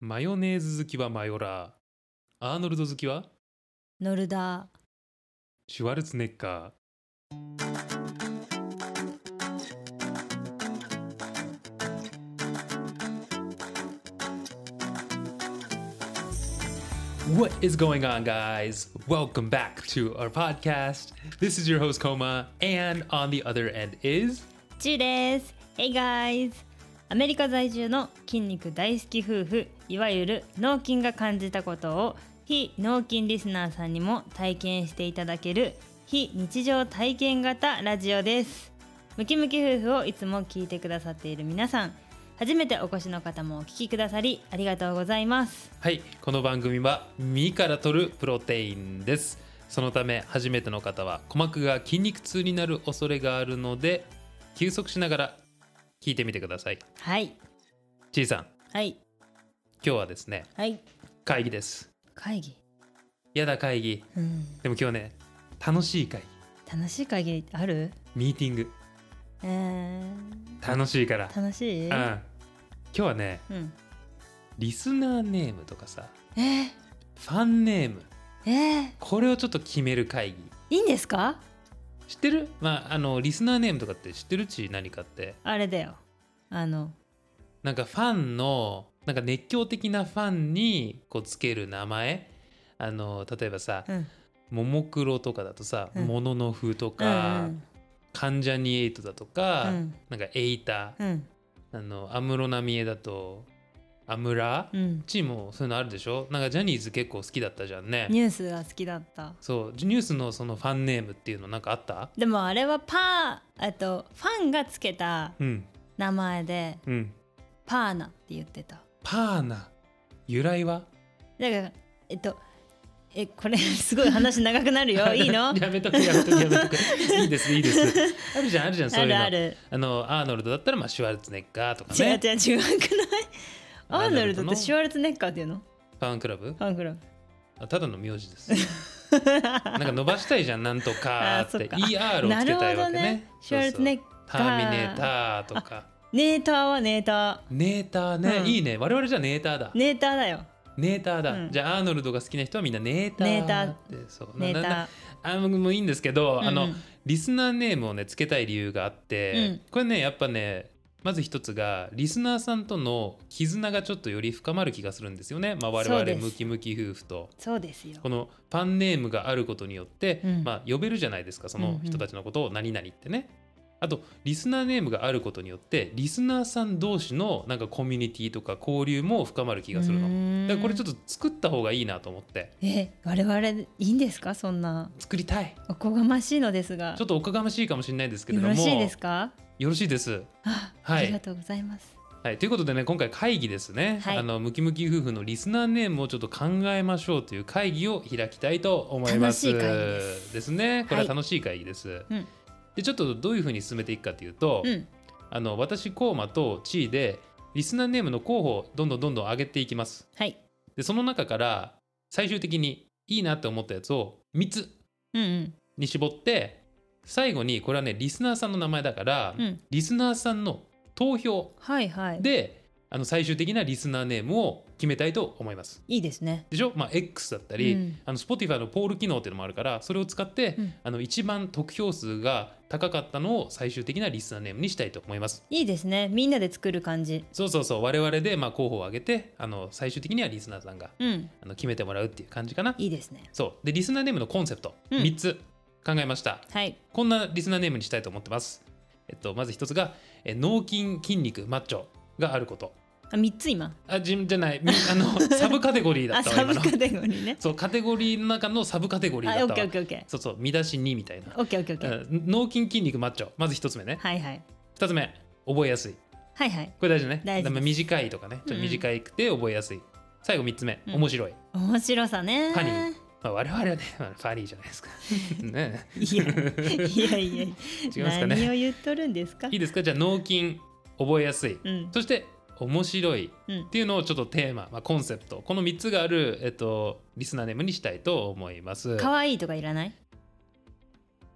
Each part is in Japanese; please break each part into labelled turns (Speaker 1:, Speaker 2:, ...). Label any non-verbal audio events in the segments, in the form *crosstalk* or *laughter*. Speaker 1: マヨネーズ好きはマヨラー。アーノルド好きは
Speaker 2: ノルダー
Speaker 1: シュワルツェネッガー。What is going on, guys? Welcome back to our podcast. This is your host, Koma, and on the other end is
Speaker 2: チュです。Hey guys! アメリカ在住の筋肉大好き夫婦、いわゆる脳筋が感じたことを非脳筋リスナーさんにも体験していただける非日常体験型ラジオです。ムキムキ夫婦をいつも聞いてくださっている皆さん、初めてお越しの方もお聞きくださりありがとうございます。
Speaker 1: はい、この番組は身から取るプロテインです。そのため初めての方は鼓膜が筋肉痛になる恐れがあるので休息しながら聞いてみてください。
Speaker 2: はい。
Speaker 1: ちいさん、
Speaker 2: はい。
Speaker 1: 今日はですね
Speaker 2: はい。
Speaker 1: 会議です。
Speaker 2: 会議。
Speaker 1: やだ会議。
Speaker 2: うん。
Speaker 1: でも今日ね楽しい会議。
Speaker 2: 楽しい会議ある
Speaker 1: ミーティング
Speaker 2: えー、
Speaker 1: 楽しいから。
Speaker 2: 楽しい
Speaker 1: うん。今日はね
Speaker 2: うん。
Speaker 1: リスナーネームとかさ
Speaker 2: えー、
Speaker 1: ファンネーム
Speaker 2: えー、
Speaker 1: これをちょっと決める会議。
Speaker 2: いいんですか
Speaker 1: 知ってる？まああのリスナーネームとかって知ってるちい何かって。
Speaker 2: あれだよ。あの、
Speaker 1: なんかファンのなんか熱狂的なファンにこうつける名前あの例えばさ
Speaker 2: うん。
Speaker 1: 「ももクロ」とかだとさ「
Speaker 2: うん
Speaker 1: もののふ」と
Speaker 2: う
Speaker 1: か
Speaker 2: ん
Speaker 1: 「関ジャニエイト」だとか、
Speaker 2: うん
Speaker 1: なんか「エイタ
Speaker 2: う」ん。
Speaker 1: あの安室奈美恵だと「アムラ
Speaker 2: う」ん。
Speaker 1: チームもそういうのあるでしょなんかジャニーズ結構好きだったじゃんね。
Speaker 2: ニュースが好きだった。
Speaker 1: そうニュースのそのファンネームっていうのなんかあった
Speaker 2: でもあれはパー、あと、ファンがつけた
Speaker 1: うん
Speaker 2: 名前で、
Speaker 1: うん。
Speaker 2: パーナって言ってた。
Speaker 1: パーナ由来は
Speaker 2: だから、えっと、え、これすごい話長くな
Speaker 1: *laughs*
Speaker 2: るよ。いいの
Speaker 1: やめとくやめとくやめとくいいですいいです
Speaker 2: *laughs*
Speaker 1: あるじゃんあるじゃんそうい
Speaker 2: あ
Speaker 1: う
Speaker 2: る
Speaker 1: の
Speaker 2: ある。
Speaker 1: あのアーノルドだったらまあシュワルツェネッガーとか
Speaker 2: 違う
Speaker 1: ね
Speaker 2: 違う違うくないアーノルドってシュ
Speaker 1: ワ
Speaker 2: ワルツェネッカーっていうの
Speaker 1: ファンクラブ
Speaker 2: ファンクラブ。
Speaker 1: あただの名字です
Speaker 2: *laughs*
Speaker 1: なんか伸ばしたいじゃんなんとかって
Speaker 2: あそっか
Speaker 1: ER をつ
Speaker 2: な
Speaker 1: け
Speaker 2: るほ
Speaker 1: たいわ
Speaker 2: ど
Speaker 1: け
Speaker 2: ね
Speaker 1: ね。
Speaker 2: シュワルツェネッ
Speaker 1: そうそう
Speaker 2: ガ
Speaker 1: タ
Speaker 2: ー
Speaker 1: ーミネーターとか
Speaker 2: ネーターはネータ
Speaker 1: ネーターね、
Speaker 2: うん
Speaker 1: いいね我々じゃネーターだ
Speaker 2: ー。ネーターだよ。
Speaker 1: ネーターだ、
Speaker 2: うん
Speaker 1: じゃあアーノルドが好きな人はみんなネーター
Speaker 2: ネーター
Speaker 1: ってそう
Speaker 2: ネー
Speaker 1: ななな
Speaker 2: タ
Speaker 1: あもういいんですけど、
Speaker 2: ー。
Speaker 1: あの
Speaker 2: うん
Speaker 1: リスナーネームをねつけたい理由があって、
Speaker 2: うん
Speaker 1: これねやっぱねまず一つがリスナーさんとの絆がちょっとより深まる気がするんですよね、まあ、我
Speaker 2: そうで
Speaker 1: 々
Speaker 2: す
Speaker 1: ムキムキ夫婦と
Speaker 2: そうですよ
Speaker 1: こ。のファンネームがあることによって、
Speaker 2: うん
Speaker 1: まあ、呼べるじゃないですかその人たちのことを何々ってね。あとリスナーネームがあることによってリスナーさん同士のなんかコミュニティとか交流も深まる気がするの。だからこれちょ
Speaker 2: っ
Speaker 1: っと作った方がいいなと思って
Speaker 2: とえ我々いいんですかそんな
Speaker 1: 作りたい
Speaker 2: おこがましいのですが
Speaker 1: ちょっとおこがましいかもしれないですけれ
Speaker 2: よ
Speaker 1: ども
Speaker 2: ろしいですか
Speaker 1: よろしいです
Speaker 2: あ,、
Speaker 1: はい
Speaker 2: ありがとうございます
Speaker 1: はい、ということでね今回会議ですね、
Speaker 2: はい
Speaker 1: あのムキムキ夫婦のリスナーネームをちょっと考えましょうという会議を開きたいと思います
Speaker 2: 楽しい会議です
Speaker 1: ですねこれは
Speaker 2: はい
Speaker 1: 楽しい会議です、
Speaker 2: うん
Speaker 1: でちょっとどういうふうに進めていくかというと、
Speaker 2: うん
Speaker 1: あの私コーマとチーでリスナーネームの候補をどんどんどんどん上げていきます
Speaker 2: はい
Speaker 1: でその中から最終的にいいなって思ったやつを3つ
Speaker 2: うんうん
Speaker 1: に絞って最後にこれはねリスナーさんの名前だから、
Speaker 2: うん
Speaker 1: リスナーさんの投票
Speaker 2: はいはい
Speaker 1: であの最終的なリスナーネームを決めたいと思います。
Speaker 2: いいですね
Speaker 1: でしょ、まあ、X だったり、
Speaker 2: うん
Speaker 1: あの Spotify のポール機能っていうのもあるからそれを使って、
Speaker 2: うん
Speaker 1: あの一番得票数が高かったのを最終的なリスナーネームにしたいと思います。
Speaker 2: いいですねみんなで作る感じ
Speaker 1: そうそうそう我々でまあ候補を挙げてあの最終的にはリスナーさんが
Speaker 2: うん
Speaker 1: あの決めてもらうっていう感じかない
Speaker 2: いですね
Speaker 1: そうでリスナーネームのコンセプト
Speaker 2: うん
Speaker 1: 3つ考えました、
Speaker 2: はい
Speaker 1: こんなリスナーネームにしたいと思ってますえっとまず1つがえ脳筋筋肉マッチョがあること
Speaker 2: あ三つ今
Speaker 1: あ、じじゃない、みあ
Speaker 2: *laughs*
Speaker 1: の、サブカテゴリーだ
Speaker 2: あ
Speaker 1: ったわ、
Speaker 2: サ
Speaker 1: 今の
Speaker 2: ブカ。テゴリーね
Speaker 1: そう、カテゴリーの中のサブカテゴリー
Speaker 2: あ
Speaker 1: だっ
Speaker 2: オッ
Speaker 1: た
Speaker 2: ケー
Speaker 1: わ
Speaker 2: オッ。ケーオッケ
Speaker 1: そうそう、見出し2みたい
Speaker 2: ーオッケーオッケーオッケ
Speaker 1: な。
Speaker 2: ー
Speaker 1: うん脳筋筋肉マッチョ、まず一つ目ね。
Speaker 2: はいはい
Speaker 1: 二つ目、覚えやすい。
Speaker 2: はいはい
Speaker 1: これ大事ね。
Speaker 2: 大事です
Speaker 1: だから短いとかね、ちょっと短くて覚えやすい。最後三つ目、
Speaker 2: うん
Speaker 1: 面白い。
Speaker 2: 面白さね
Speaker 1: ファニーまあ、我々はね、まあ、ファニーじゃないで
Speaker 2: *laughs*
Speaker 1: すか。ね、
Speaker 2: いやいやい
Speaker 1: *laughs* 違
Speaker 2: や
Speaker 1: いますか
Speaker 2: 何
Speaker 1: ね。
Speaker 2: を言っとるんですか
Speaker 1: いいですか、じゃあ、脳筋覚えやすい。
Speaker 2: うん
Speaker 1: そして、面白い。
Speaker 2: うん
Speaker 1: っていうのをちょっとテーマ、まあ、コンセプトこの3つがある、えっと、リスナーネームにしたいと思います。
Speaker 2: 可愛いとかいらない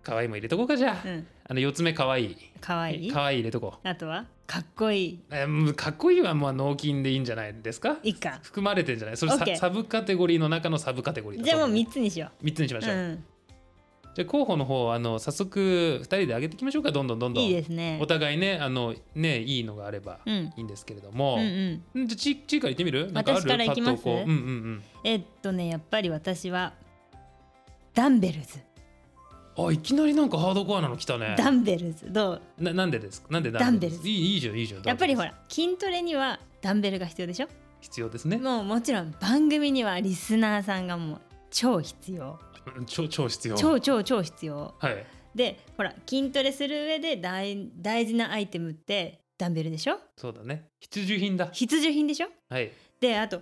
Speaker 1: 可愛いも入れとこうかじゃあ、
Speaker 2: うん
Speaker 1: あの4つ目かわいい
Speaker 2: 可愛い
Speaker 1: かわいい入れとこう
Speaker 2: あとはかっこいい
Speaker 1: えーうんかっこいいはまあ納金でいいんじゃないですか
Speaker 2: いいか
Speaker 1: 含まれてんじゃないそれさ
Speaker 2: OK
Speaker 1: サブカテゴリーの中のサブカテゴリーだ
Speaker 2: じゃあもう
Speaker 1: そう
Speaker 2: 3つにしよ
Speaker 1: 三つにしま
Speaker 2: う、
Speaker 1: しょう、
Speaker 2: うん、
Speaker 1: じゃあ候補の方あの早速2人で上げていきましょうかどんどんどんどん
Speaker 2: いいですね
Speaker 1: お互いねあのねいいのがあれば
Speaker 2: うん
Speaker 1: いいんですけれども、
Speaker 2: うんうん
Speaker 1: うんじゃあちいちいから行ってみるなんかある
Speaker 2: 私から行きます
Speaker 1: パッとこううんうんうん
Speaker 2: えっとねやっぱり私はダンベルズ
Speaker 1: あいきなりなんかハードコアなの来たね
Speaker 2: ダンベルズどう
Speaker 1: ななんでですかなんで
Speaker 2: ダンベル
Speaker 1: いいいいじゃんいいじゃん
Speaker 2: やっぱりほ
Speaker 1: ダンベル
Speaker 2: ら筋トレにはダンベルが必要でしょ
Speaker 1: 必要ですね
Speaker 2: もうもちろん番組にはリスナーさんがもう超必要
Speaker 1: 超超必要
Speaker 2: 超超超必要
Speaker 1: はい
Speaker 2: でほら筋トレする上で大大事なアイテムってダンベルでしょ
Speaker 1: そうだね必需品だ
Speaker 2: 必需品でしょ
Speaker 1: はい
Speaker 2: であと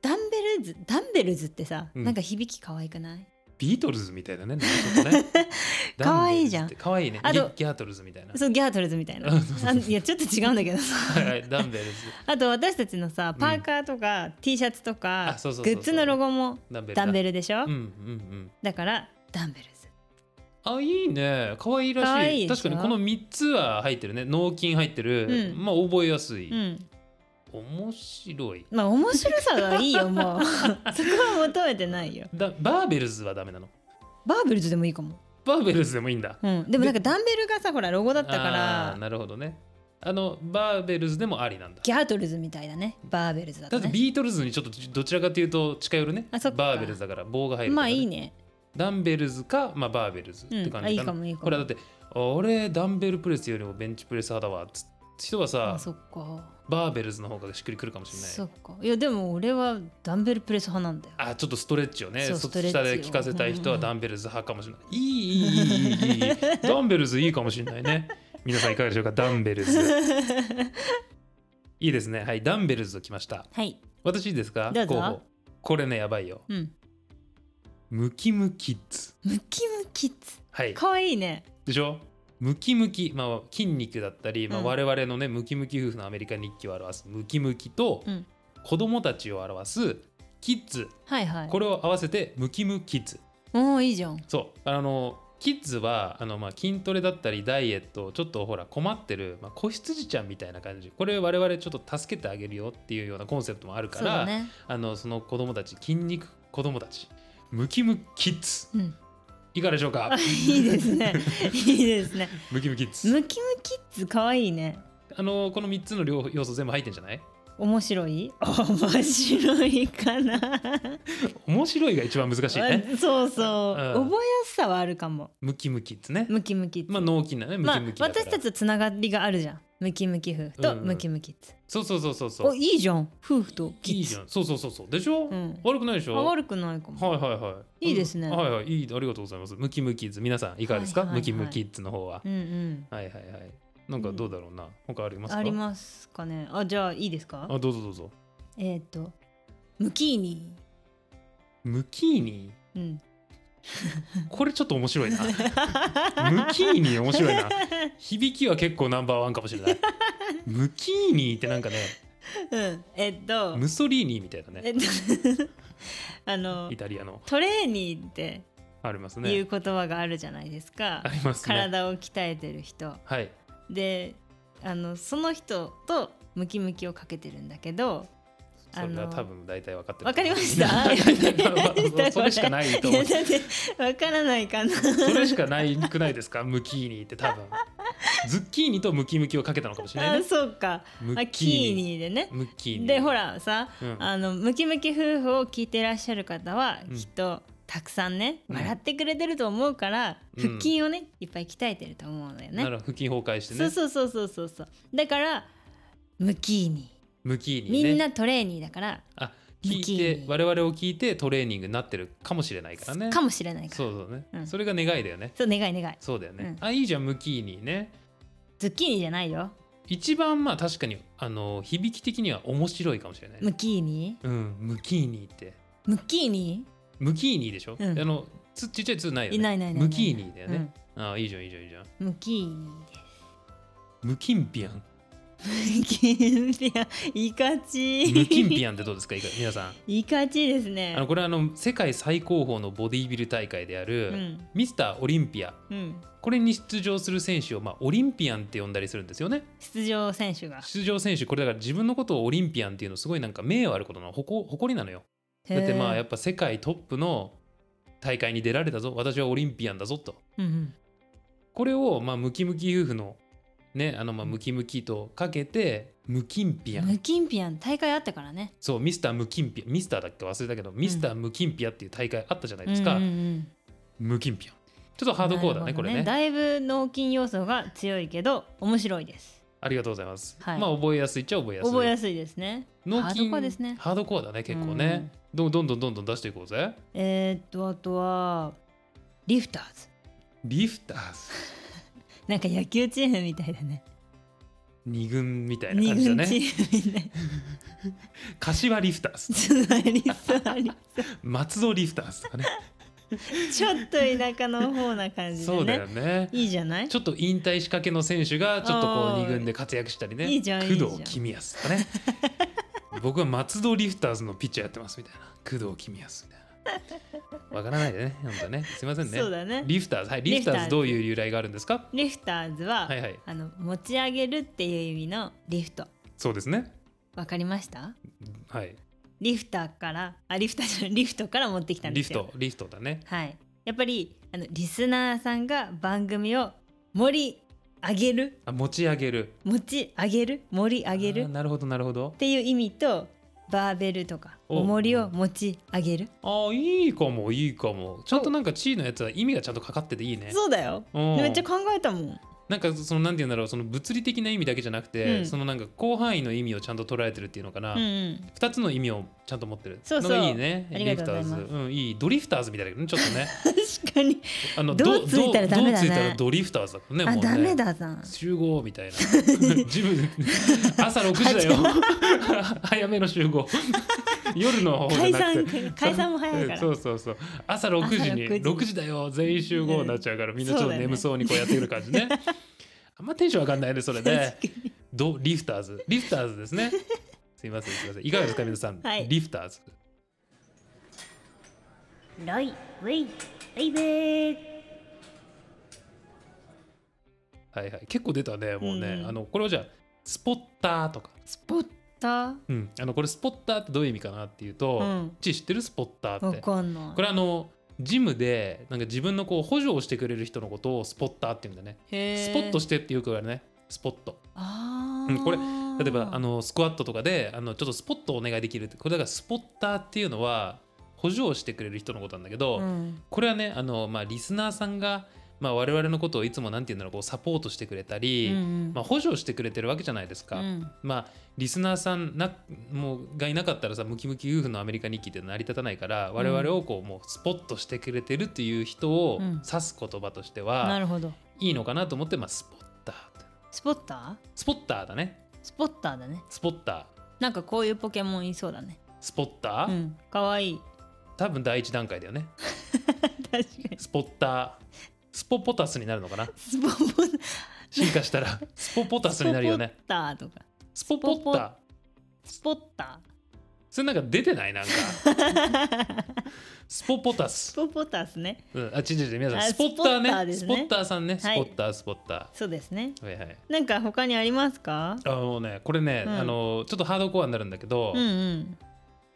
Speaker 2: ダンベルズダンベルズってさ、
Speaker 1: うん
Speaker 2: なんか響き可愛くない
Speaker 1: ビートルズみたい
Speaker 2: *laughs*
Speaker 1: だねなんかちょっとね
Speaker 2: 可愛いじゃん
Speaker 1: ダンベルズって可愛いね
Speaker 2: あ
Speaker 1: ギ
Speaker 2: と
Speaker 1: ギャートルズみたいな
Speaker 2: そうギャートルズみたいな
Speaker 1: うん *laughs* そうそうそう
Speaker 2: あいやちょっと違うんだけど *laughs* さ
Speaker 1: はいはいダンベルズ
Speaker 2: あと私たちのさパーカーとか、T シャツとか
Speaker 1: あそうそうそうそ
Speaker 2: グ
Speaker 1: う
Speaker 2: ッズのロゴも
Speaker 1: ダンベルだ
Speaker 2: ダンベルでしょ、
Speaker 1: うんうんうん
Speaker 2: だからダンベルズ
Speaker 1: あいいね可愛いらしい
Speaker 2: 可愛いでしょ
Speaker 1: 確かにこの3つは入ってるね脳筋入ってる、
Speaker 2: うん
Speaker 1: まあ覚えやすい、
Speaker 2: うん
Speaker 1: 面白い
Speaker 2: まあ面白さはいいよもう *laughs* そこは求めてないよ
Speaker 1: だバーベルズはダメなの
Speaker 2: バーベルズでもいいかも、
Speaker 1: バーベルズでもいいんだ
Speaker 2: うん、でもなんかダンベルがさほらロゴだったか
Speaker 1: あー
Speaker 2: ら
Speaker 1: なるほどねあのバーベルズでもありなんだ
Speaker 2: ギャートルズみたいだねバーベルズだ
Speaker 1: だ
Speaker 2: と
Speaker 1: って
Speaker 2: ね
Speaker 1: ビートルズにちょっとどちらかというと近寄るね
Speaker 2: あそっか
Speaker 1: バーベルズだから棒が入るか
Speaker 2: ま
Speaker 1: ら
Speaker 2: あ
Speaker 1: ね
Speaker 2: いいね
Speaker 1: ダンベルズか、まあ、バーベルズっ
Speaker 2: うん
Speaker 1: て感じかな、
Speaker 2: あいいかもいいかも
Speaker 1: これだって俺ダンベルプレスよりもベンチプレス派だわっつ人は
Speaker 2: あ
Speaker 1: さ
Speaker 2: そっか
Speaker 1: バーベルズの方がしっくりくるかもしれない
Speaker 2: そっかいやでも俺はダンベルプレス派なんだよ
Speaker 1: あちょっとストレッチをね
Speaker 2: そう
Speaker 1: そ
Speaker 2: ストレッチ
Speaker 1: 下
Speaker 2: を
Speaker 1: で聞かせたい人は
Speaker 2: うん
Speaker 1: ダンベルズ派かもしれない、いいいいいいいいいいいダンベルズいいかもしれないね皆さんいかがでしょうかダンベルズいいですねはいダンベルズ来ました
Speaker 2: *laughs* はい
Speaker 1: 私いいですか
Speaker 2: どうぞ
Speaker 1: 候補これねやばいよ
Speaker 2: うん
Speaker 1: ムキムキッズ
Speaker 2: ムキムキッズ
Speaker 1: はい
Speaker 2: かわいいね
Speaker 1: でしょムキムキ、まあ、筋肉だったり、まあ、
Speaker 2: うん
Speaker 1: 我々のね、ムキムキ夫婦のアメリカ日記を表すムキムキと、
Speaker 2: うん
Speaker 1: 子供たちを表すキッズ
Speaker 2: はいはい
Speaker 1: これを合わせてムキムキッズ
Speaker 2: おーいいじゃん
Speaker 1: そうあのキッズはあの、まあ、筋トレだったりダイエットちょっとほら困ってる、まあ、子羊ちゃんみたいな感じこれ我々ちょっと助けてあげるよっていうようなコンセプトもあるか
Speaker 2: そうだ
Speaker 1: ら、
Speaker 2: ね
Speaker 1: あのその子供たち筋肉子供たちムキムキッズ
Speaker 2: うん
Speaker 1: いかがでしょうか
Speaker 2: *laughs* いいですねいいですね
Speaker 1: *laughs* ムキムキッズ
Speaker 2: ムキムキッズかわいいね
Speaker 1: あのこの3つの両要素全部入ってんじゃない
Speaker 2: 面白い面白い
Speaker 1: *laughs*
Speaker 2: かな、
Speaker 1: 面白いが一番難しいね。
Speaker 2: そうそ
Speaker 1: う
Speaker 2: う、
Speaker 1: ん
Speaker 2: 覚えやすさはあるかも
Speaker 1: ムキムキっつね。
Speaker 2: ムキムキッズ
Speaker 1: まあ脳筋だね。ム
Speaker 2: ま
Speaker 1: キ
Speaker 2: あ
Speaker 1: ムキだから、
Speaker 2: 私たちとつながりがあるじゃんムキムキ夫婦
Speaker 1: う
Speaker 2: と
Speaker 1: んうん
Speaker 2: ムキムキッズ、
Speaker 1: そうそうそうそうそ
Speaker 2: お
Speaker 1: う。
Speaker 2: いいじゃん夫婦とキ
Speaker 1: いい
Speaker 2: ッ
Speaker 1: じ
Speaker 2: ズ
Speaker 1: ゃん。そうそうそうそう。でしょ、
Speaker 2: うん
Speaker 1: 悪くないでしょ
Speaker 2: あ
Speaker 1: はい
Speaker 2: 悪くないかも、
Speaker 1: はいはい。
Speaker 2: いいですね
Speaker 1: うんはいはい。いい。ありがとうございます。ムキムキっつ皆さんいかがですか、
Speaker 2: はいはいはい
Speaker 1: ムキムキっつの方は、
Speaker 2: うんうん
Speaker 1: はいはいはい。なんかどうだろうな。他ありますか
Speaker 2: ありますかねあじゃあいいですか
Speaker 1: あどうぞどうぞ。
Speaker 2: えっ、とムキーニ
Speaker 1: ムキーニ
Speaker 2: ーうん
Speaker 1: これちょっと面白い
Speaker 2: *laughs*
Speaker 1: な。ムキーニ面白いな。響きは結構ナンバーワンかもしれない。ムキーニってなんかね、
Speaker 2: うん *laughs* えっと
Speaker 1: ムソリーニみたいなね
Speaker 2: え。っと *laughs* あの
Speaker 1: イタリアの
Speaker 2: トレーニーって
Speaker 1: ありますね。
Speaker 2: いう言葉があるじゃないですか、
Speaker 1: ありますね。
Speaker 2: 体を鍛えてる人
Speaker 1: はい。
Speaker 2: であのその人とムキムキをかけてるんだけど
Speaker 1: そ
Speaker 2: あ
Speaker 1: れ
Speaker 2: の
Speaker 1: は多分大体分かってる。
Speaker 2: わかりまし
Speaker 1: *laughs*
Speaker 2: た
Speaker 1: わか
Speaker 2: *laughs*
Speaker 1: りましたそれしかないと思う
Speaker 2: い。やだってわからないかな
Speaker 1: それしかないくないですか？ムキーニって多分。ズッキーニとムキムキをかけたのかもしれない
Speaker 2: あ
Speaker 1: ね。
Speaker 2: そうか
Speaker 1: ム
Speaker 2: あキー。ニーでね
Speaker 1: ムキーニ。
Speaker 2: でほ。らさ
Speaker 1: うん。
Speaker 2: あのムキムキ夫婦を聞いてらっしゃる方は、
Speaker 1: うん
Speaker 2: きっとたくさんね
Speaker 1: うん
Speaker 2: 笑ってくれてると思うから、
Speaker 1: うん
Speaker 2: 腹筋をねいっぱい鍛えてると思うのよね
Speaker 1: なるほど腹筋崩壊して
Speaker 2: そう
Speaker 1: ね。
Speaker 2: そうそうそうそうそうだからムキーニ
Speaker 1: ムキー
Speaker 2: ー、
Speaker 1: ニね。
Speaker 2: みんなトレーニーだから
Speaker 1: あ
Speaker 2: ム
Speaker 1: 聞い
Speaker 2: キーニ
Speaker 1: て我々を聞いてトレーニングになってるかもしれないからね。
Speaker 2: か
Speaker 1: も。
Speaker 2: もしれないからそう
Speaker 1: そうそうね、
Speaker 2: うん
Speaker 1: それが願いだよね。
Speaker 2: 願い願い
Speaker 1: そうだよね。
Speaker 2: う
Speaker 1: あいいじゃんムキーニね。
Speaker 2: ズッキーニじゃないよ
Speaker 1: 一番まあ確かにあの響き的には面白いかもしれないね。
Speaker 2: ムキーニ
Speaker 1: うんムキーニって。
Speaker 2: ームキーニ
Speaker 1: ムキーニでしょ、
Speaker 2: うん
Speaker 1: あのつちっちゃい「つ」ないよね
Speaker 2: いないないないない
Speaker 1: ムキーニだよ
Speaker 2: ー、
Speaker 1: ね、ああいいじゃんいいじゃんいいじゃん
Speaker 2: うん、ムキーニーで *laughs*
Speaker 1: ムキンピアン
Speaker 2: キンピアイカ
Speaker 1: 無菌
Speaker 2: チ
Speaker 1: ピアンってどうですかいか皆さん
Speaker 2: イカチですね
Speaker 1: あのこれはあの世界最高峰のボディビル大会である、
Speaker 2: うん
Speaker 1: ミスターオリンピア
Speaker 2: うん
Speaker 1: これに出場する選手を、まあ、オリンピアンって呼んだりするんですよね
Speaker 2: 出場選手が
Speaker 1: 出場選手これだから自分のことをオリンピアンっていうのすごいなんか名誉あることの誇誇りなのよだってまあやっぱ世界トップの大会に出られたぞ私はオリンピアンだぞと
Speaker 2: うんうん
Speaker 1: これをまあムキムキ夫婦のねあのまあムキムキとかけてムキンピアン
Speaker 2: 無菌ピアン大会あったからね
Speaker 1: そうミスタームキンピアンミスターだっけ忘れたけどミスタームキンピアっていう大会あったじゃないですか、
Speaker 2: うんうんうん
Speaker 1: ムキンピアンちょっとハードコーだ
Speaker 2: な
Speaker 1: ね
Speaker 2: る
Speaker 1: こ
Speaker 2: ほど
Speaker 1: れね
Speaker 2: だいぶ脳筋要素が強いけど面白いです
Speaker 1: ありがとうございます、
Speaker 2: はい
Speaker 1: まあ覚えやすいっちゃ覚えやすい
Speaker 2: 覚えやすいですね
Speaker 1: 脳筋
Speaker 2: ハードコアですね
Speaker 1: ハードコアだね結構ね、どんどんどんどんどん出していこうぜ
Speaker 2: えー、っとあとはリフターズ
Speaker 1: リフターズ
Speaker 2: なんか野球チームみたいだね
Speaker 1: 二軍みたいな
Speaker 2: 二
Speaker 1: 感じだ
Speaker 2: 軍
Speaker 1: ね
Speaker 2: チームみたい
Speaker 1: 柏リフターズ
Speaker 2: な座り座
Speaker 1: *laughs*
Speaker 2: り
Speaker 1: 松戸リフターズとかね
Speaker 2: ちょっと田舎の方な感じでね
Speaker 1: そうだよね
Speaker 2: いいじゃない
Speaker 1: ちょっと引退仕掛けの選手がちょっとこ
Speaker 2: あ
Speaker 1: う
Speaker 2: ー
Speaker 1: 二軍で活躍したりね
Speaker 2: いいじゃんいいじゃ
Speaker 1: 工
Speaker 2: ん
Speaker 1: 藤公康とか
Speaker 2: *laughs*
Speaker 1: ね僕は松戸リフターズのピッチャーやってますみたいな工藤公康みたいなわからないでね本当ねすいませんね
Speaker 2: そうだね
Speaker 1: リフターズはいリフタ
Speaker 2: リフ
Speaker 1: ー
Speaker 2: ター
Speaker 1: ズ
Speaker 2: ズ
Speaker 1: どういう由来があるんですか
Speaker 2: リフターズは、
Speaker 1: はいはい
Speaker 2: あの持ち上げるっていう意味のリフト
Speaker 1: そうですね
Speaker 2: わかりました
Speaker 1: はい
Speaker 2: リフターからあリフターじゃないリフトから持ってきたん
Speaker 1: リ
Speaker 2: で
Speaker 1: フ
Speaker 2: すよ
Speaker 1: トリフトだね
Speaker 2: はい、やっぱりあのリスナーさんが番組を盛り上げる
Speaker 1: あ持ち上げる
Speaker 2: 持ち上げる盛り上げる
Speaker 1: あー
Speaker 2: っ
Speaker 1: なるほどなるほど
Speaker 2: ていう意味とバーベルとか
Speaker 1: お
Speaker 2: 重りを持ち上げる
Speaker 1: ああいいかもいいかもちゃんとなんか地位のやつは意味がちゃんとかかってていいね
Speaker 2: そうだよ
Speaker 1: うん
Speaker 2: めっちゃ考えたもん
Speaker 1: なんかそのなんて言うんだろうその物理的な意味だけじゃなくて、
Speaker 2: うん
Speaker 1: そのなんか広範囲の意味をちゃんと捉えてるっていうのかな、
Speaker 2: うん
Speaker 1: 二
Speaker 2: うん
Speaker 1: 2つの意味をちゃんと持ってる
Speaker 2: そうそう
Speaker 1: のがいいね
Speaker 2: ありがとうございま
Speaker 1: リフタ
Speaker 2: す
Speaker 1: ーズ、うん、いいドリフターズみたいだけどねちょっとね
Speaker 2: 確かに
Speaker 1: あ
Speaker 2: *laughs*
Speaker 1: の
Speaker 2: どうついたらダメだね
Speaker 1: どうついたらドリフターズだもんね
Speaker 2: あ
Speaker 1: もうね
Speaker 2: ダメだな
Speaker 1: 集合み
Speaker 2: *laughs*
Speaker 1: たいなジム朝6時だよ *laughs* 早めの集合夜の方じゃ
Speaker 2: 解
Speaker 1: なく
Speaker 2: 散
Speaker 1: て
Speaker 2: 解散も早いか
Speaker 1: そ
Speaker 2: ら
Speaker 1: う *laughs* そうそう朝6時に
Speaker 2: 朝
Speaker 1: 6
Speaker 2: 6
Speaker 1: 時だよ全員集合になっちゃうからみんなちょっと眠そうにこうやってくる感じ
Speaker 2: *laughs*
Speaker 1: ねあんまテンション上がんないねそれねどリフターズリフターズですね *laughs* すいませんすいませんいかがですか皆さん、
Speaker 2: はい
Speaker 1: リフターズ
Speaker 2: ロイウェイベイベー
Speaker 1: はいはい結構出たねもうね、
Speaker 2: うんうん
Speaker 1: あのこれをじゃあスポッターとか、
Speaker 2: スポッタ
Speaker 1: うん、あのこれスポッターってどういう意味かなっていうと、
Speaker 2: うん
Speaker 1: ち知ってるスポッタ
Speaker 2: ー
Speaker 1: ーっ
Speaker 2: わ
Speaker 1: てこ
Speaker 2: かんない
Speaker 1: れあのジムでなんか自分のこう補助をしてくれる人のことをスポッターって言うんだね、
Speaker 2: へー
Speaker 1: スポットしてってよく言われるねスポット
Speaker 2: あ
Speaker 1: うんこれ例えばあ
Speaker 2: の
Speaker 1: のスクワットとかであのちょっとスポットお願いできるってこれだからスポッターっていうのは補助をしてくれる人のことなんだけど、これはねあの、まあ、リスナーさんが、まあ、我々のことをいつもなんて言うんだろうこうサポートしてくれたり、まあ、補助をしてくれてるわけじゃないですか、まあリスナーさんなもうがいなかったらさムキムキ夫婦のアメリカ日記って成り立たないから我々をこうもうスポッとしてくれてるっていう人を
Speaker 2: うん
Speaker 1: 指す言葉として
Speaker 2: な
Speaker 1: は、
Speaker 2: るほど
Speaker 1: いいのかなと思って、まあ、スポッターって
Speaker 2: スポッター
Speaker 1: スポッターだね
Speaker 2: スポッターだね
Speaker 1: スポッター
Speaker 2: なんかこういうポケモンいそうだね
Speaker 1: スポッター、
Speaker 2: うんかわいい
Speaker 1: 多分第一段階だよね
Speaker 2: 確かに
Speaker 1: スポッタースポポタスになるの
Speaker 2: *laughs*
Speaker 1: かな
Speaker 2: スポポ
Speaker 1: 進化したらスポポタスになるよね
Speaker 2: スポッターとか
Speaker 1: スポポッタ
Speaker 2: スポポスポッタ
Speaker 1: それなんか出て
Speaker 2: *laughs*
Speaker 1: ないなんかスポポタ
Speaker 2: ース
Speaker 1: ス、
Speaker 2: ポポタスね
Speaker 1: うん、あ違う違う皆さん
Speaker 2: あ
Speaker 1: スポッターねスポ
Speaker 2: スポッターですね
Speaker 1: ッターさんねスポ
Speaker 2: はい
Speaker 1: ッタースポッタ
Speaker 2: そうですね
Speaker 1: ーはいはい
Speaker 2: なんか他にありますか
Speaker 1: あのねこれね、
Speaker 2: うん
Speaker 1: あのちょっとハードコアになるんだけど、
Speaker 2: うんうん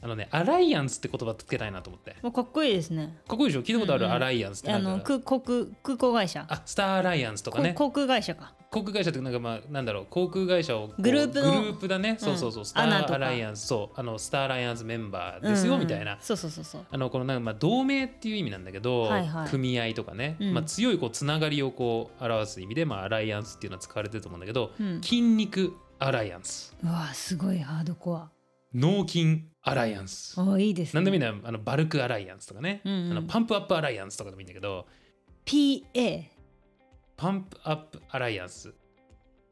Speaker 1: あのねアライアンスって言葉つけたいなと思ってか
Speaker 2: もうかっこいいですね
Speaker 1: っこいいでしょ聞いたことある、
Speaker 2: うんうん
Speaker 1: アライアンスってな
Speaker 2: あ
Speaker 1: んだろ
Speaker 2: の
Speaker 1: う
Speaker 2: 空国空港会社
Speaker 1: あスターアライアンスとかね
Speaker 2: こ航空会社か
Speaker 1: 航空会社ってなんかまあなんだろう航空会社をこう
Speaker 2: グループの
Speaker 1: グループだね、そうそうそうスタ
Speaker 2: アナと
Speaker 1: ー
Speaker 2: か
Speaker 1: アライアンスそうあのスターアライアンスメンバーですよ、
Speaker 2: うんうん
Speaker 1: みたいな
Speaker 2: そうそうそうそう
Speaker 1: あのこのなんかまあ同盟っていう意味なんだけど、
Speaker 2: はいはい
Speaker 1: 組合とかね、
Speaker 2: うん
Speaker 1: まあ、強いこうつながりをこう表す意味で、まあ、アライアンスっていうのは使われてると思うんだけど、
Speaker 2: うん
Speaker 1: 筋肉アライアンス
Speaker 2: うわすごいハードコア
Speaker 1: 脳筋アライアンス、
Speaker 2: あいいですね
Speaker 1: なんでもいいんだよあのバルクアライアンスとかね、
Speaker 2: うんうん
Speaker 1: あのパンプアップアライアンスとかでもいいんだけど
Speaker 2: PA
Speaker 1: パンプアップアライアンス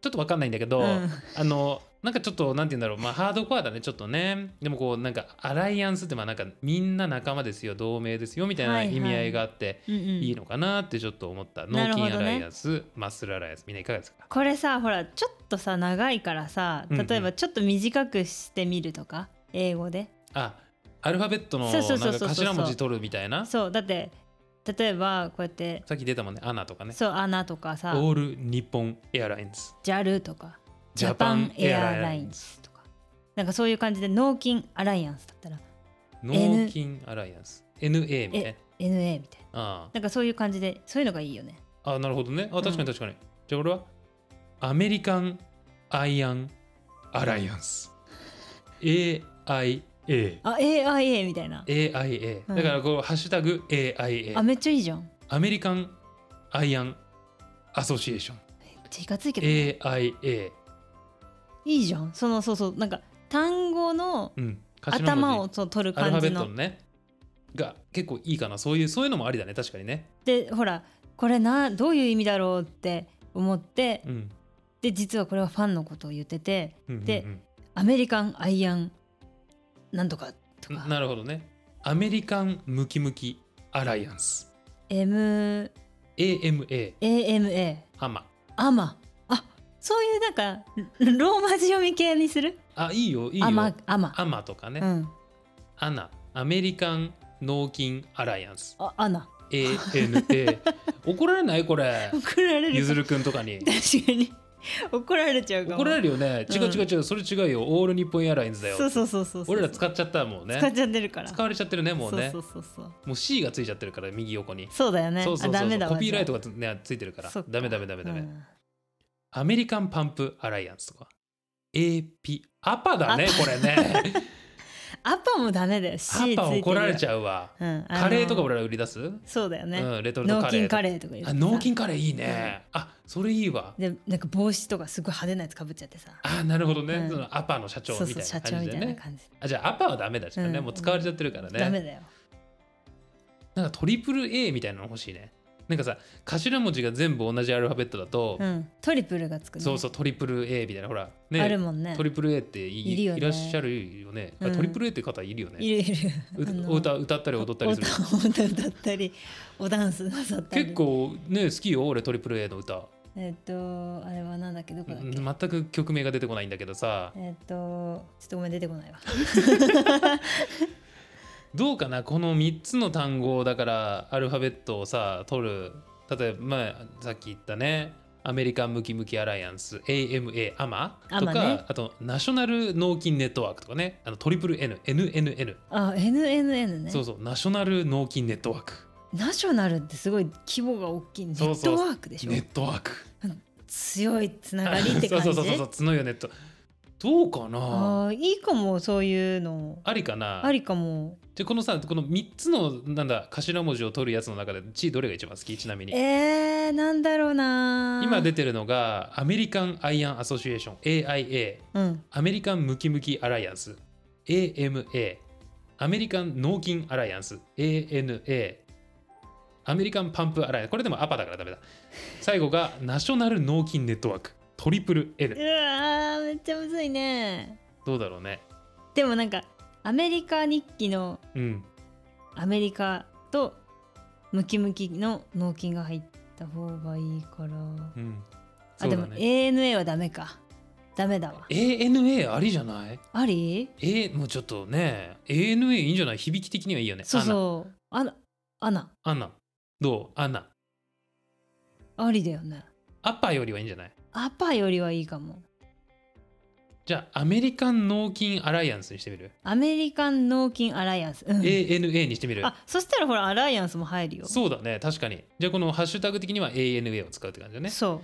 Speaker 1: ちょっとわかんないんだけど、
Speaker 2: うん
Speaker 1: あのなんかちょっとなんて言うんだろうまあハードコアだねちょっとねでもこうなんかアライアンスってまあなんかみんな仲間ですよ同盟ですよみたい
Speaker 2: は
Speaker 1: ない
Speaker 2: はい
Speaker 1: 意味合いがあって、
Speaker 2: うんうん、
Speaker 1: いいのかなってちょっと思った
Speaker 2: な
Speaker 1: 脳
Speaker 2: るほ
Speaker 1: 筋ア
Speaker 2: どね
Speaker 1: ライアンス、マッスルアライアンスみんないかがですか
Speaker 2: これさほらちょっとさ長いからさ
Speaker 1: うんうん
Speaker 2: 例えばちょっと短くしてみるとか、英語で
Speaker 1: あアルファベットの
Speaker 2: そうそうそう
Speaker 1: なん
Speaker 2: そう
Speaker 1: か頭文字取るみたいなさ
Speaker 2: そうだって例えばこうやって、
Speaker 1: っき出たもんねアナとかね
Speaker 2: そう「アナ」とかさ
Speaker 1: オール日本エアラインズ
Speaker 2: 「JAL」とか「
Speaker 1: ジャパンエアラインズ
Speaker 2: とかなんかそういう感じで「脳筋アライアンス」だったら
Speaker 1: 脳筋アライアンス NA みたいなね
Speaker 2: NA みたいな
Speaker 1: あ
Speaker 2: なんかそういう感じでそういうのがいいよね
Speaker 1: ああなるほどねあ確か
Speaker 2: うん
Speaker 1: に確かに、じゃあ俺はアメリカンアイアンアライアンス AIA
Speaker 2: あ AIA みたいな
Speaker 1: AIA
Speaker 2: うん
Speaker 1: だからこう、ハッシュタグ AIA
Speaker 2: あめっちゃいいじゃんめっ
Speaker 1: アメリカンアイアンアソシエーション
Speaker 2: ちゃいかついけど、ね、
Speaker 1: AIA、
Speaker 2: いいじゃんそのそうそうなんか単語の
Speaker 1: うん、頭文字
Speaker 2: 頭をそう取る
Speaker 1: アルフ
Speaker 2: 感
Speaker 1: ァベ
Speaker 2: じ
Speaker 1: ット
Speaker 2: の
Speaker 1: のねが結構いいかなそういうそういうのもありだね確かにね、
Speaker 2: でほらこれなどういう意味だろうって思って
Speaker 1: うん
Speaker 2: で実はこれはファンのことを言ってて
Speaker 1: うんうんうん
Speaker 2: でアメリカンアイアンなんとかとか
Speaker 1: なるほどねアメリカンムキムキアライアンス
Speaker 2: MAMA
Speaker 1: AMA ハマ
Speaker 2: アマあそういうなんかロローマ字読み系にする
Speaker 1: あいいよいいよ
Speaker 2: アマアマ
Speaker 1: アマとかね、
Speaker 2: うん
Speaker 1: アナアメリカン脳筋アライアンス
Speaker 2: あアナ
Speaker 1: ANA *laughs* 怒られないこれ
Speaker 2: 怒られる
Speaker 1: ゆず
Speaker 2: か
Speaker 1: るくんとかに
Speaker 2: *laughs* 確かに怒られちゃうかも
Speaker 1: 怒られ
Speaker 2: る
Speaker 1: るよね違う違う違う、それ違うよオール日本エアラインズだよ
Speaker 2: そうそうそうそうそう
Speaker 1: 俺ら使っちゃったもんね
Speaker 2: 使っちゃってるから
Speaker 1: 使われちゃってるねもうね
Speaker 2: そうそうそうそう
Speaker 1: もう C がついちゃってるから右横に、
Speaker 2: そうだよね
Speaker 1: そうそうそ
Speaker 2: あ
Speaker 1: う
Speaker 2: ダメだわ
Speaker 1: コピーライ
Speaker 2: じ
Speaker 1: トがつ,、ね、ついてるから
Speaker 2: そっか
Speaker 1: ダメダメダ
Speaker 2: ゃ
Speaker 1: メ
Speaker 2: あ
Speaker 1: ダメ、
Speaker 2: うん
Speaker 1: アメリカンパンプアライアンスとか AP アパだねこれ
Speaker 2: *laughs*
Speaker 1: ね
Speaker 2: アパもダメだよ C ついて
Speaker 1: ア
Speaker 2: る
Speaker 1: パ怒られち
Speaker 2: ゃ
Speaker 1: ゃうわ
Speaker 2: う、ん、あの
Speaker 1: カレーとか俺ら売り出す、
Speaker 2: そうだよね、
Speaker 1: うんレトルト
Speaker 2: 脳
Speaker 1: カレー
Speaker 2: 筋
Speaker 1: とか
Speaker 2: カレーとか言う
Speaker 1: あ脳筋カレーいいね、あそれいいわ
Speaker 2: でなんか帽子とかすごい派手なやつかぶっちゃってさ
Speaker 1: あなるほどね、
Speaker 2: うん
Speaker 1: そのアパの社長
Speaker 2: そう
Speaker 1: み
Speaker 2: そ
Speaker 1: たいな
Speaker 2: う社
Speaker 1: 感
Speaker 2: 長
Speaker 1: じ
Speaker 2: み
Speaker 1: で
Speaker 2: たいな
Speaker 1: ね
Speaker 2: 感じ
Speaker 1: あじゃあアパはダメだしね、
Speaker 2: うん
Speaker 1: もう使われちゃってるからね
Speaker 2: ダメだよ
Speaker 1: なんかトリプル A みたいなの欲しいねなんかさ頭文字が全部同じアルファベットだと、
Speaker 2: うんトリプルがつくね
Speaker 1: そうそうトリプル A みたいなほらね
Speaker 2: あるもんね
Speaker 1: トリプル A ってい
Speaker 2: いるよね
Speaker 1: いらっしゃるよね、あ
Speaker 2: うん
Speaker 1: トリプル A って方いるよ
Speaker 2: い
Speaker 1: ね
Speaker 2: るいる
Speaker 1: う
Speaker 2: あの
Speaker 1: お歌歌ったり踊ったりする
Speaker 2: お歌歌ったりおダンスなさったり
Speaker 1: 結構ね好きよ俺トリプル A の歌
Speaker 2: えっ、とあれはなんだっけどこだっけ、
Speaker 1: 全く曲名が出てこないんだけどさ
Speaker 2: えっ、とちょっとごめん出てこないわ
Speaker 1: どうかなこの3つの単語だからアルファベットをさ取る例えば、まあ、さっき言ったねアメリカンムキムキアライアンス AMA アマと
Speaker 2: ア
Speaker 1: か
Speaker 2: マね
Speaker 1: あとナショナル脳筋ネットワークとかねあのトリプル NNNN
Speaker 2: あ NNN ね
Speaker 1: そうそうナショナル脳筋ネットワーク
Speaker 2: ナショナルってすごい規模が大きいネ
Speaker 1: そう
Speaker 2: ッ
Speaker 1: そう
Speaker 2: トワークでしょ
Speaker 1: ネットワーク
Speaker 2: 強いつながりって感
Speaker 1: *laughs*
Speaker 2: じ
Speaker 1: そうそうそうそう角よネットどうかな
Speaker 2: あーいいかもそういうの
Speaker 1: ありかな
Speaker 2: ありかも
Speaker 1: でこのさこの3つのなんだ頭文字を取るやつの中でちどれが一番好きちなみに
Speaker 2: えー、なんだろうな
Speaker 1: 今出てるのがアメリカン・アイアン・アソシエーション AIA
Speaker 2: うん
Speaker 1: アメリカン・ムキムキ・アライアンス AMA アメリカン・脳筋・アライアンス ANA アメリカン・パンプ・アライアンスこれでもアパだからダメだ最後がナショナル脳筋ネットワークトリプル
Speaker 2: う
Speaker 1: L
Speaker 2: わーめっちゃむずいね
Speaker 1: どうだろうね
Speaker 2: でもなんかアメリカ日記の
Speaker 1: うん
Speaker 2: アメリカとムキムキの脳筋が入った方がいいから、
Speaker 1: うん
Speaker 2: あでも ANA はダメかダメだわ
Speaker 1: ANA ありじゃない
Speaker 2: あり
Speaker 1: ?A もうちょっとね ANA いいんじゃない響き的にはいいよね
Speaker 2: そうそうアナアナ
Speaker 1: アナアナどうアナ
Speaker 2: ありだよね
Speaker 1: アパよりはいいんじゃない
Speaker 2: アパよりはいいかも
Speaker 1: じゃあアメリカン脳筋アライアンスにしてみる、
Speaker 2: アメリカン脳筋アライアンス、うん
Speaker 1: ANA にしてみる
Speaker 2: あそしたらほらアライアンスも入るよ
Speaker 1: そうだね確かにじゃあこのハッシュタグ的には ANA を使うって感じだね
Speaker 2: そう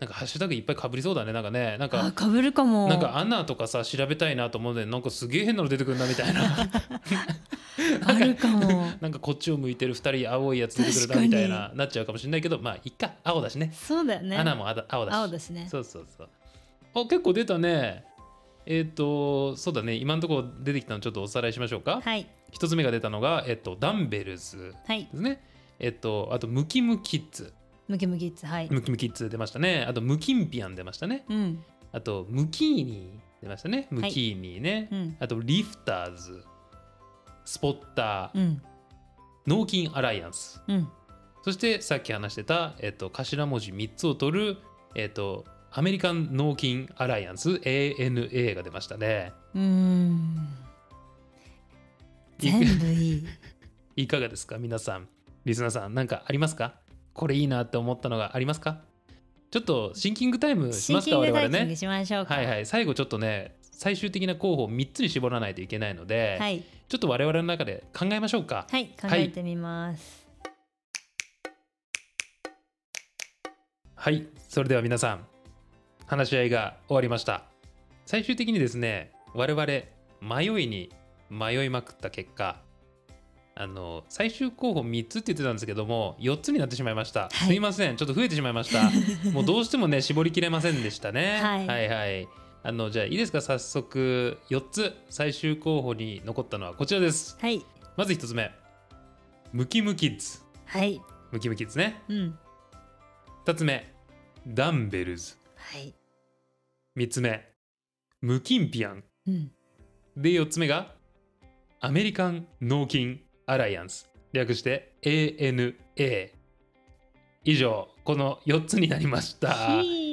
Speaker 1: なんかハッシュタグいっぱいかぶりそうだねなんかねなん
Speaker 2: あ
Speaker 1: か
Speaker 2: かぶるかも
Speaker 1: なんかアナとかさ調べたいなと思うんでなんかすげえ変なの出てくるなみたいな
Speaker 2: *laughs* *laughs* あるかも
Speaker 1: なんかこっちを向いてる2人青いやつ出てくるなみたいななっちゃうかもしれないけどまあいっか青だしね
Speaker 2: そうだよね
Speaker 1: アナもあだ青だし
Speaker 2: 青だしね
Speaker 1: そうそうそうあ結構出たねえっ、とそうだね今のところ出てきたのちょっとおさらいしましょうか、
Speaker 2: はい
Speaker 1: 一つ目が出たのが、えっと、ダンベルズ
Speaker 2: はい
Speaker 1: ですねえっとあとムキムキッズ
Speaker 2: ムキムキッズはい
Speaker 1: ムキムキッズ出ましたねあとムキンピアン出ましたね
Speaker 2: うん
Speaker 1: あとムキーニ出ましたねムキーニね、
Speaker 2: うん
Speaker 1: あとリフターズスポッター、
Speaker 2: うん
Speaker 1: 脳筋アライアンス
Speaker 2: うん
Speaker 1: そしてさっき話してた、えっと、頭文字3つを取る、えっと、アメリカン脳筋アライアンス ANA が出ましたね
Speaker 2: うーん全部い
Speaker 1: *laughs*
Speaker 2: い
Speaker 1: いかがですか皆さんリスナーさん何かありますかこれいいなって思ったのがありますかちょっとシンキングタイムし
Speaker 2: シン
Speaker 1: ます
Speaker 2: キ
Speaker 1: か
Speaker 2: ング
Speaker 1: 我
Speaker 2: ダ
Speaker 1: 々
Speaker 2: イキング
Speaker 1: ね
Speaker 2: しましょうか
Speaker 1: はいはい最後ちょっとね最終的な候補を3つに絞らないといけないので、
Speaker 2: はい、
Speaker 1: ちょっと我々の中で考えましょうか、
Speaker 2: はい、考えてみます、
Speaker 1: はい、それでは皆さん、話し合いが終わりました。最終的にですね、我々、迷いに迷いまくった結果、あの最終候補3つって言ってたんですけども4つになってしまいました、
Speaker 2: はい
Speaker 1: すいませんちょっと増えてしまいました
Speaker 2: *laughs*
Speaker 1: もうどうしてもね絞りきれませんでしたね、
Speaker 2: はい
Speaker 1: はいはいあのじゃあいいですか早速4つ最終候補に残ったのはこちらです
Speaker 2: はい
Speaker 1: まず1つ目ムキムキッズ
Speaker 2: はい
Speaker 1: ムキムキッズね
Speaker 2: うん
Speaker 1: 2つ目ダンベルズ
Speaker 2: はい
Speaker 1: 3つ目無菌ピアン
Speaker 2: うん
Speaker 1: で4つ目がアメリカン脳筋アライアンス略して ANA 以上この4つになりました
Speaker 2: ひー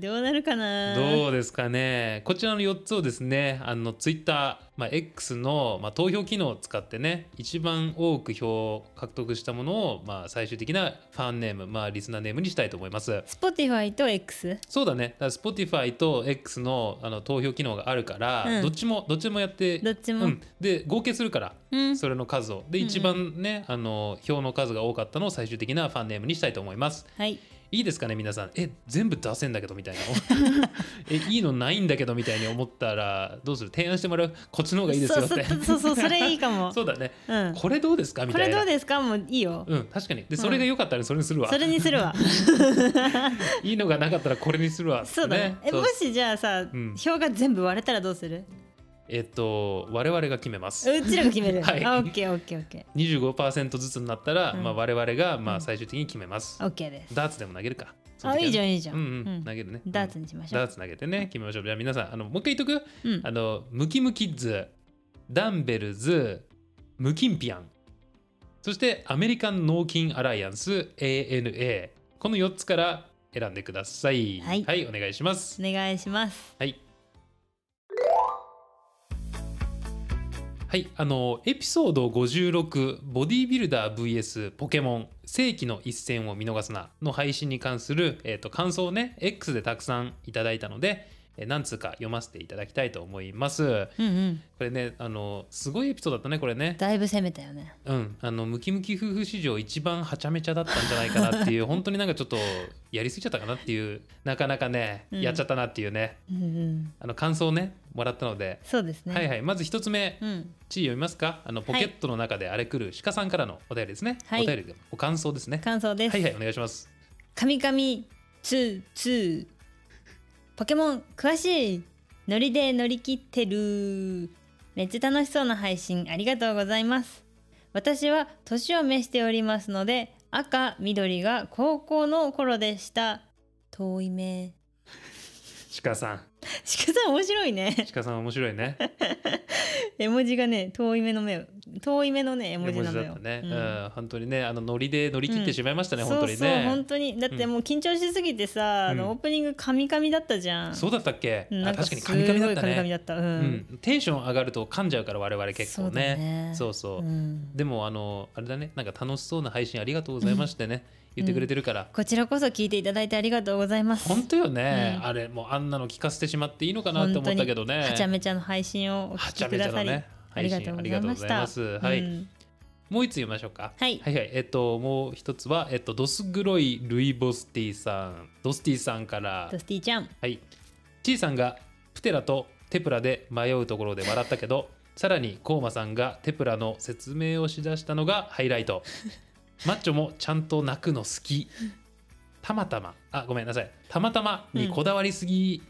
Speaker 2: どうなるかな
Speaker 1: ど
Speaker 2: う
Speaker 1: うですかねこちらの4つをですねあの Twitter、まあ、X の、まあ、投票機能を使ってね一番多く票を獲得したものを、まあ、最終的なファンネーム、まあ、リスナーネームにしたいと思います。
Speaker 2: Spotify と X
Speaker 1: そうだね。だから Spotify と X のあの投票機能があるから、
Speaker 2: うん
Speaker 1: どっちもどっちもやって、
Speaker 2: どっちも、
Speaker 1: うん、で合計するから、
Speaker 2: うん
Speaker 1: それの数をで
Speaker 2: うんうん
Speaker 1: 一番ね、あの票の数が多かったのを最終的なファンネームにしたいと思います。
Speaker 2: はい
Speaker 1: いいですかね皆さん。え全部出せんだけどみたいな。 *laughs* えいいのないんだけどみたいに思ったらどうする提案してもらうこっちの方がいいですよって。
Speaker 2: そうそうそうそうそれいいかも
Speaker 1: *laughs* そうだね。
Speaker 2: うん、
Speaker 1: これどうですかみ
Speaker 2: こ
Speaker 1: たい
Speaker 2: れ
Speaker 1: な。
Speaker 2: どうですかもういいよ、
Speaker 1: うん確かに。でそれが良かったらそれにするわ。
Speaker 2: それにす
Speaker 1: *laughs*
Speaker 2: るわ
Speaker 1: いいのがなかったらこれにするわ。
Speaker 2: そうだねえ
Speaker 1: そう
Speaker 2: もしじゃあさ、
Speaker 1: ん
Speaker 2: 票が全部割れたらどうする
Speaker 1: えっと我々が決めます。
Speaker 2: うちらが決め
Speaker 1: *laughs*
Speaker 2: る、
Speaker 1: はい
Speaker 2: あオッケーオッケーオッケ
Speaker 1: 25%ずつになったら、
Speaker 2: うん
Speaker 1: まあ、我々がま
Speaker 2: う
Speaker 1: あ
Speaker 2: ん
Speaker 1: 最終的に決めます
Speaker 2: ー。オッケーです
Speaker 1: ダーツでも投げるか。
Speaker 2: あいいじゃ
Speaker 1: ん。
Speaker 2: んいいじゃん、
Speaker 1: うん
Speaker 2: う
Speaker 1: うん
Speaker 2: ん
Speaker 1: 投げるね。
Speaker 2: ダーツ
Speaker 1: うん
Speaker 2: にしましょ
Speaker 1: ダー
Speaker 2: う、
Speaker 1: ツ投げてね、決めましょう。じゃあ皆さん、あのもう一回言っとく。
Speaker 2: うん
Speaker 1: あの、ムキムキッズ、ダンベルズ、ムキンピアン、そしてアメリカン脳筋アライアンス ANA。この4つから選んでください。
Speaker 2: はい
Speaker 1: はい、お願いします。
Speaker 2: お願いします
Speaker 1: はい。はい、あのエピソード56「ボディービルダー VS ポケモン世紀の一戦を見逃すな」の配信に関する、えー、と感想をね X でたくさんいただいたので、えー何通か読ませていただきたいと思います。
Speaker 2: うんうん
Speaker 1: これねあのすごいエピソードだったねこれね。
Speaker 2: だいぶ攻めたよね
Speaker 1: うん、あのムキムキ夫婦史上一番はちゃめちゃだったんじゃないかなって
Speaker 2: *laughs*
Speaker 1: いう本当になんかちょっとやりすぎちゃったかなっていうなかなかね、
Speaker 2: うん
Speaker 1: やっちゃったなっていうね
Speaker 2: うんうん
Speaker 1: あの感想をねもらったので、
Speaker 2: そうですね
Speaker 1: はいはいまず一つ目
Speaker 2: うん
Speaker 1: 地位読みますかあのポケットの中であれ来る鹿さんからのお便りですね、
Speaker 2: はい
Speaker 1: お便りでお感想ですね
Speaker 2: 感想です
Speaker 1: はいはいお願いします
Speaker 2: カミカミツーツーポケモン詳しいノリで乗り切ってるめっちゃ楽しそうな配信ありがとうございます私は年を召しておりますので赤緑が高校の頃でした遠い目 *laughs*
Speaker 1: 鹿さん
Speaker 2: 鹿さん面白いね *laughs*
Speaker 1: 鹿さん面白いね
Speaker 2: 絵文字がね遠い目の目を遠い目のね絵
Speaker 1: 絵
Speaker 2: 文字
Speaker 1: 文
Speaker 2: な
Speaker 1: 字だ
Speaker 2: の
Speaker 1: った
Speaker 2: よ
Speaker 1: ね、
Speaker 2: う
Speaker 1: うんん本当にねあのノリで乗り切ってしまいましたね、本当に
Speaker 2: そうそう
Speaker 1: ね
Speaker 2: 本当にだってもう緊張しすぎてさ、あ
Speaker 1: うん
Speaker 2: のオープニングカミカミだったじゃん
Speaker 1: そうだったっけ、
Speaker 2: うん
Speaker 1: あ
Speaker 2: なん
Speaker 1: 確かに
Speaker 2: す
Speaker 1: カミカミだった
Speaker 2: ごいカミカミ
Speaker 1: ね
Speaker 2: だったうん、
Speaker 1: うん、テンション上がると噛んじゃうから我々結構ね
Speaker 2: そ
Speaker 1: そううそう、
Speaker 2: だねうん
Speaker 1: でもあのあれだねなんか楽しそうな配信ありがとうございましてね、言ってくれてるから、
Speaker 2: こちらこそ聞いていただいてありがとうございます
Speaker 1: 本当よね、
Speaker 2: うん
Speaker 1: あれもうあんなの聞かせてしまっていいのかなって思ったけどね
Speaker 2: はちゃめちゃの配信をお
Speaker 1: は
Speaker 2: 聞
Speaker 1: ちゃ
Speaker 2: き
Speaker 1: め
Speaker 2: く
Speaker 1: ち
Speaker 2: だ
Speaker 1: ゃ
Speaker 2: さ
Speaker 1: の
Speaker 2: り、
Speaker 1: ね
Speaker 2: ありがとうございま
Speaker 1: ありがとう
Speaker 2: した
Speaker 1: ございますはい、
Speaker 2: うん
Speaker 1: もう一つ読みましょうか
Speaker 2: はい
Speaker 1: はいえっともう一つはえっとドス黒いルイボスティさんドスティさんから
Speaker 2: ドスティちゃん
Speaker 1: はい。ちいさんがプテラとテプラで迷うところで笑ったけど、さらにコウマさんがテプラの説明をしだしたのがハイライト。マッチョもちゃんと泣くの好き。たまたま、あ、ごめんなさい。たまたまにこだわりすぎ。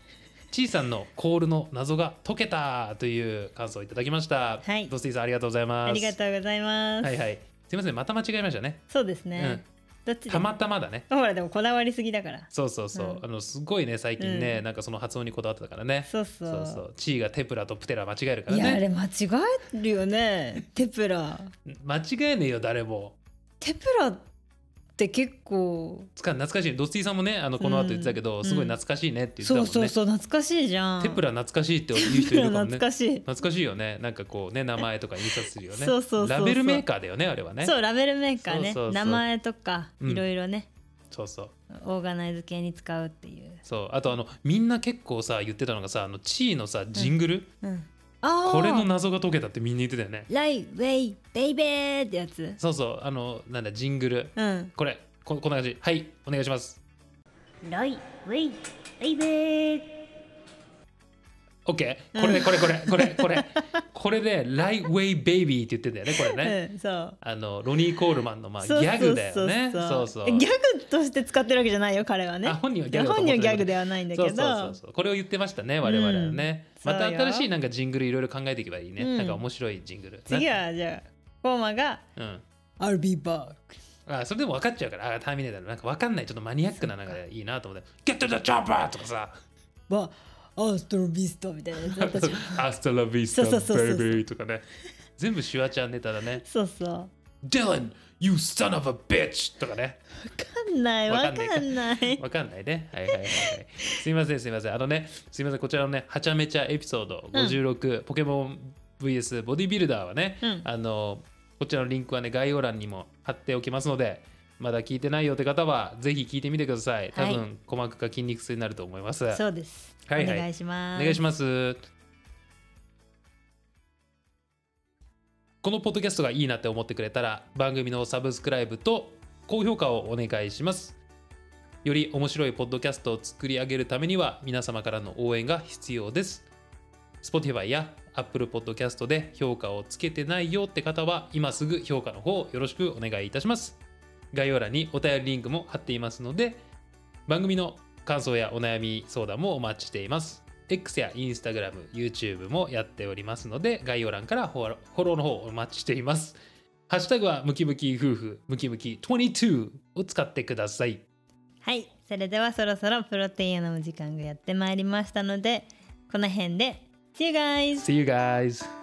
Speaker 1: ちいさんのコールの謎が解けたという感想をいただきました。
Speaker 2: はい
Speaker 1: ドスティさんありがとうございます。
Speaker 2: ありが
Speaker 1: う。
Speaker 2: とうございます、
Speaker 1: はいはい。すみません、また間違えましたね。
Speaker 2: そうです
Speaker 1: うん
Speaker 2: ね、、どっちで
Speaker 1: た
Speaker 2: も
Speaker 1: またまだね
Speaker 2: ほらでもこだわりすぎだから
Speaker 1: そうそうそう、
Speaker 2: うん
Speaker 1: あのすごいね最近ね、
Speaker 2: うん
Speaker 1: なんかその発音にこだわってたからね
Speaker 2: そうそう
Speaker 1: そうそう地位がテプラとプテラ間違えるから
Speaker 2: いやあ
Speaker 1: ね
Speaker 2: れ間違えるよねテプラ
Speaker 1: 間違えねえよ誰も
Speaker 2: テプラって結構
Speaker 1: つか懐かしいドスティさんもねあのこの後言ってたけど、
Speaker 2: うん
Speaker 1: すごい懐かしいねって言ってたもん
Speaker 2: そう
Speaker 1: ね
Speaker 2: そうそう懐かしいじゃん
Speaker 1: テプラ懐かしいって言う
Speaker 2: テ
Speaker 1: 人
Speaker 2: プ
Speaker 1: い
Speaker 2: ラ
Speaker 1: るかも
Speaker 2: 懐
Speaker 1: ね
Speaker 2: かしい
Speaker 1: 懐かしいよねなんかこうね名前とか印刷するよね
Speaker 2: そうそうそうそう
Speaker 1: ラベルメーカーだよねあれはね
Speaker 2: そうラベルメーカー
Speaker 1: そ
Speaker 2: ね
Speaker 1: うそうそう
Speaker 2: 名前とか
Speaker 1: うん
Speaker 2: いろいろね、
Speaker 1: そうそう
Speaker 2: オーガナイズ系に使うっていう、
Speaker 1: そうあとあのみんな結構さ言ってたのがさあの地位のさジングル、
Speaker 2: うん、ああ
Speaker 1: これの謎が解けたってみんな言ってたよね
Speaker 2: ライウェイベイベーってやつ
Speaker 1: そうそうあのなんだジングル
Speaker 2: うん
Speaker 1: これここんな感じはいお願いします
Speaker 2: ライウェイベイベー
Speaker 1: OK これねこれこれこれこれこれで「ライウェイベイビー」って言ってんだよねこれね、
Speaker 2: うんそう
Speaker 1: あのロニー・コールマンのまあギ
Speaker 2: そう
Speaker 1: ャグだよね
Speaker 2: そう
Speaker 1: そ
Speaker 2: そう
Speaker 1: そ
Speaker 2: うそううギャグとして使ってるわけじゃないよ彼はね
Speaker 1: あ本人はギャグだと
Speaker 2: 本
Speaker 1: 思って
Speaker 2: 人は
Speaker 1: る
Speaker 2: ギャグではないんだ
Speaker 1: そ
Speaker 2: けど
Speaker 1: うそうそうそうこれを言ってましたね我々はね、
Speaker 2: うん
Speaker 1: また
Speaker 2: そうよ
Speaker 1: 新しいなんかジングルいろいろ考えていけばいいね、
Speaker 2: うん
Speaker 1: なんか面白いジングル
Speaker 2: 次
Speaker 1: な
Speaker 2: はじゃあコーマが
Speaker 1: うん
Speaker 2: 「I'll be back
Speaker 1: あそれでも分かっちゃうからあターミネーターのなんか分かんないちょっとマニアックななんかいいなと思って「ゲット・ザ・チョッパー!」とかさ
Speaker 2: ばアストロビスト」みたいなやつだっ
Speaker 1: *laughs*
Speaker 2: たじゃ
Speaker 1: 「
Speaker 2: ん
Speaker 1: アストラ・ビスタ・
Speaker 2: そうそうそうそう
Speaker 1: ベイビー」とかね全部シュワちゃんネタだね
Speaker 2: *laughs* そうそう
Speaker 1: 「ディラン You son of a bitch!」とかね
Speaker 2: わかんない
Speaker 1: わ
Speaker 2: わ
Speaker 1: か
Speaker 2: か
Speaker 1: んない
Speaker 2: んない
Speaker 1: *laughs* わかんないね。はいはいはい、はい。すいませんすいません。あのね、すいません。こちらのね、はちゃめちゃエピソード56、ポケモン VS ボディビルダーはね、
Speaker 2: うん
Speaker 1: あの、こちらのリンクはね、概要欄にも貼っておきますので、まだ聞いてないよって方は、ぜひ聞いてみてください。多分、
Speaker 2: は
Speaker 1: 鼓膜か筋肉痛になると思います。
Speaker 2: そうです、
Speaker 1: はいはい
Speaker 2: お願いし
Speaker 1: お
Speaker 2: ます
Speaker 1: 願いします。このポッドキャストがいいなって思ってくれたら番組のサブスクライブと高評価をお願いします。より面白いポッドキャストを作り上げるためには皆様からの応援が必要です。Spotify や Apple Podcast で評価をつけてないよって方は今すぐ評価の方よろしくお願いいたします。概要欄にお便りリンクも貼っていますので番組の感想やお悩み相談もお待ちしています。X や Instagram、YouTube もやっておりますので、概要欄からフォローフォローの方お待ちしています。ハッシュタグはムキムキ夫婦ムキムキ22を使ってください。
Speaker 2: はいそれではそろそろプロテインを飲む時間がやってまいりましたのでこの辺で See you guys!
Speaker 1: See you guys!